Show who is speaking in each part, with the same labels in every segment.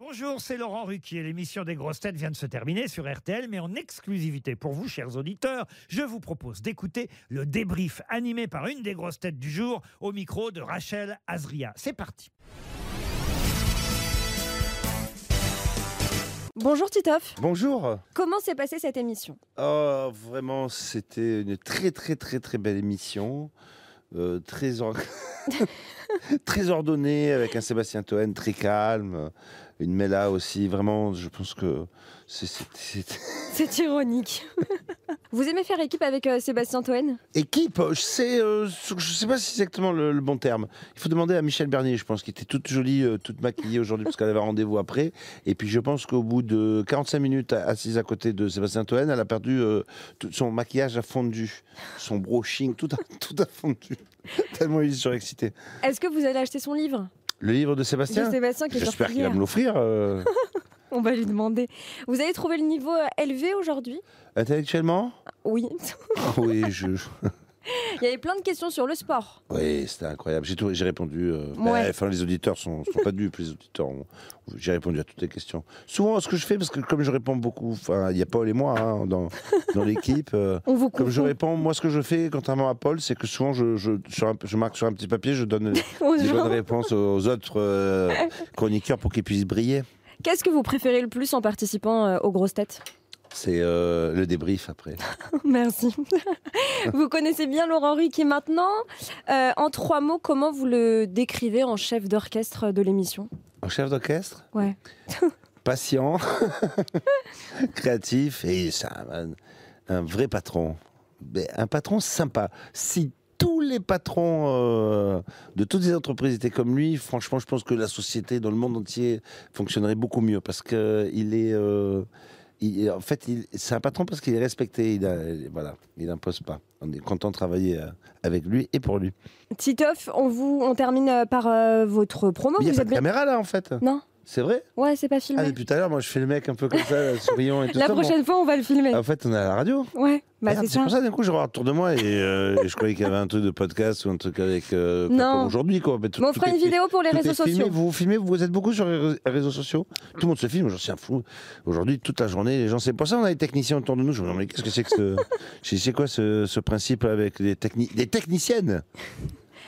Speaker 1: Bonjour, c'est Laurent Ruquier. L'émission des grosses têtes vient de se terminer sur RTL, mais en exclusivité pour vous, chers auditeurs, je vous propose d'écouter le débrief animé par une des grosses têtes du jour au micro de Rachel Azria. C'est parti.
Speaker 2: Bonjour Titoff,
Speaker 3: Bonjour.
Speaker 2: comment s'est passée cette émission
Speaker 3: Oh, vraiment, c'était une très très très très belle émission, Euh, très or- très ordonnée avec un Sébastien Toen très calme, une Mela aussi. Vraiment, je pense que c'est- c'est c'est-
Speaker 2: C'est ironique. Vous aimez faire équipe avec euh, Sébastien Toen
Speaker 3: équipe. Je sais, euh, je sais pas si c'est exactement le, le bon terme. Il faut demander à Michel Bernier, je pense, qui était toute jolie, euh, toute maquillée aujourd'hui parce qu'elle avait rendez-vous après. Et puis je pense qu'au bout de 45 minutes a- assise à côté de Sébastien Toen, elle a perdu euh, tout son maquillage a fondu, son brushing, tout a, tout a fondu. Tellement il est surexcité.
Speaker 2: Est-ce que vous allez acheter son livre
Speaker 3: Le livre de
Speaker 2: de
Speaker 3: Sébastien.
Speaker 2: Sébastien qui est
Speaker 3: J'espère
Speaker 2: sorti
Speaker 3: qu'il va
Speaker 2: hier.
Speaker 3: me l'offrir. euh,
Speaker 2: On va lui demander. Vous avez trouvé le niveau euh, élevé aujourd'hui
Speaker 3: intellectuellement
Speaker 2: Oui.
Speaker 3: Oui, je.
Speaker 2: Il y avait plein de questions sur le sport.
Speaker 3: Oui, c'était incroyable. J'ai tout- j'ai répondu. euh,
Speaker 2: Ouais.
Speaker 3: ben, enfin, les auditeurs sont, sont pas dupes. Les auditeurs, ont- j'ai répondu à toutes les questions. Souvent, ce que je fais, parce que comme je réponds beaucoup, enfin, il y a Paul et moi hein, dans dans l'équipe. euh,
Speaker 2: On vous
Speaker 3: comme je
Speaker 2: confond.
Speaker 3: réponds, moi, ce que je fais, contrairement à Paul, c'est que souvent, je, je, sur un- je marque sur un petit papier, je donne
Speaker 2: aux
Speaker 3: des
Speaker 2: gens.
Speaker 3: bonnes réponses aux, aux autres euh, chroniqueurs pour qu'ils puissent briller.
Speaker 2: Qu'est-ce que vous préférez le plus en participant euh, aux grosses têtes
Speaker 3: C'est euh, le débrief après.
Speaker 2: Merci. vous connaissez bien Laurent Ruquier maintenant. Euh, en trois mots, comment vous le décrivez en chef d'orchestre de l'émission
Speaker 3: En chef d'orchestre
Speaker 2: Ouais.
Speaker 3: Patient, créatif et c'est un, un vrai patron. Mais Un patron sympa. Si tous les patrons euh, de toutes les entreprises étaient comme lui, franchement, je pense que la société dans le monde entier fonctionnerait beaucoup mieux parce que il est. euh, il- en fait, il- c'est un patron parce qu'il est respecté. Il a- voilà, il impose pas. On est content de travailler euh, avec lui et pour lui.
Speaker 2: Titoff, on vous, on termine euh, par euh, votre promo.
Speaker 3: Mais il n'y a
Speaker 2: vous
Speaker 3: pas de caméra là, en fait.
Speaker 2: Non.
Speaker 3: C'est vrai.
Speaker 2: Ouais, c'est pas
Speaker 3: Ah,
Speaker 2: filmé.
Speaker 3: depuis tout à l'heure, moi je fais le mec un peu comme ça, souriant et tout
Speaker 2: La
Speaker 3: ça. bon.
Speaker 2: prochaine fois, on va le filmer.
Speaker 3: En fait, on est à la radio.
Speaker 2: Ouais, bah
Speaker 3: Merde,
Speaker 2: c'est
Speaker 3: c'est
Speaker 2: ça.
Speaker 3: pour ça, d'un coup, je regarde autour de moi et, euh, et je croyais qu'il y avait un truc de podcast ou un truc avec. euh,
Speaker 2: Non.
Speaker 3: comme aujourd'hui, quoi. Mais tout-
Speaker 2: Mais on
Speaker 3: tout
Speaker 2: fera
Speaker 3: est
Speaker 2: une
Speaker 3: fi-
Speaker 2: vidéo pour les
Speaker 3: tout
Speaker 2: réseaux
Speaker 3: est filmé.
Speaker 2: sociaux.
Speaker 3: Vous vous filmez, vous êtes beaucoup sur les rése- réseaux sociaux. Tout le monde se filme, j'en suis un fou. Aujourd'hui, toute la journée, les gens. C'est pour ça qu'on a des techniciens autour de nous. Je me demande, mais qu'est-ce que c'est que ce. c'est c'est quoi ce, ce principe avec les, techni... les techniciennes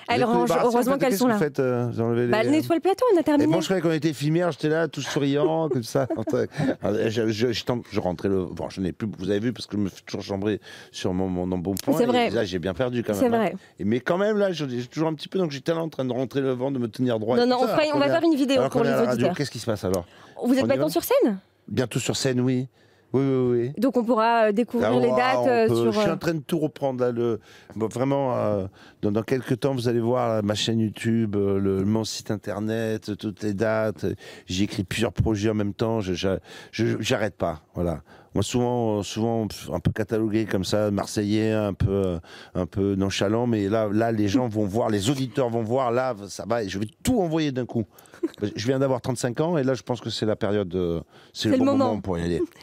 Speaker 2: Elles
Speaker 3: Vous êtes
Speaker 2: rangent,
Speaker 3: débarrassées,
Speaker 2: heureusement
Speaker 3: faites-
Speaker 2: qu'elles
Speaker 3: qu'est-ce
Speaker 2: sont
Speaker 3: que
Speaker 2: là.
Speaker 3: Vous faites, euh, vous enlevez
Speaker 2: Bah,
Speaker 3: les-
Speaker 2: elle nettoie le plateau, on a
Speaker 3: Et
Speaker 2: terminé.
Speaker 3: moi, je croyais qu'on était filmière, j'étais là, tout souriant, comme ça. Je, je, je tente- je rentrais le. Bon, je n'ai plus. Vous avez vu, parce que je me fais toujours chambrer sur mon, mon embonpoint.
Speaker 2: C'est
Speaker 3: et
Speaker 2: vrai.
Speaker 3: Là, j'ai bien perdu quand même.
Speaker 2: C'est
Speaker 3: hein.
Speaker 2: vrai.
Speaker 3: Et- mais quand même, là, j'ai j'ai toujours un petit peu. Donc, j'étais là en train de rentrer le vent, de me tenir droit. et
Speaker 2: Non,
Speaker 3: tout
Speaker 2: non, on,
Speaker 3: ça,
Speaker 2: fera-
Speaker 3: alors
Speaker 2: on va
Speaker 3: qu'on est à-
Speaker 2: faire une vidéo
Speaker 3: alors qu'on
Speaker 2: pour
Speaker 3: est
Speaker 2: les
Speaker 3: à la radio,
Speaker 2: auditeurs.
Speaker 3: Qu'est-ce qui se passe alors
Speaker 2: Vous êtes
Speaker 3: On y
Speaker 2: maintenant
Speaker 3: va
Speaker 2: sur scène
Speaker 3: Bientôt sur scène, oui. Oui, oui, oui.
Speaker 2: Donc on pourra euh, découvrir
Speaker 3: Ah,
Speaker 2: les
Speaker 3: waouh,
Speaker 2: dates
Speaker 3: on
Speaker 2: euh,
Speaker 3: peut- Je
Speaker 2: sur.
Speaker 3: suis
Speaker 2: euh,
Speaker 3: en train de tout reprendre là. Le... bon, vraiment, euh, dans, dans quelques temps, vous allez voir là, ma chaîne YouTube, euh, le, mon site internet, euh, toutes les dates. Euh, J'écris plusieurs projets en même temps. Je je- je- j'arrête pas. Voilà. Moi, souvent, euh, souvent pff, un peu catalogué comme ça, marseillais, un peu, euh, un peu nonchalant. Mais là, là, les gens vont voir, les auditeurs vont voir. Là, ça va. et Je vais tout envoyer d'un coup. Je viens d'avoir 35 ans et là, je pense que c'est la période. euh, C'est le,
Speaker 2: le
Speaker 3: bon moment.
Speaker 2: moment.
Speaker 3: pour y aller.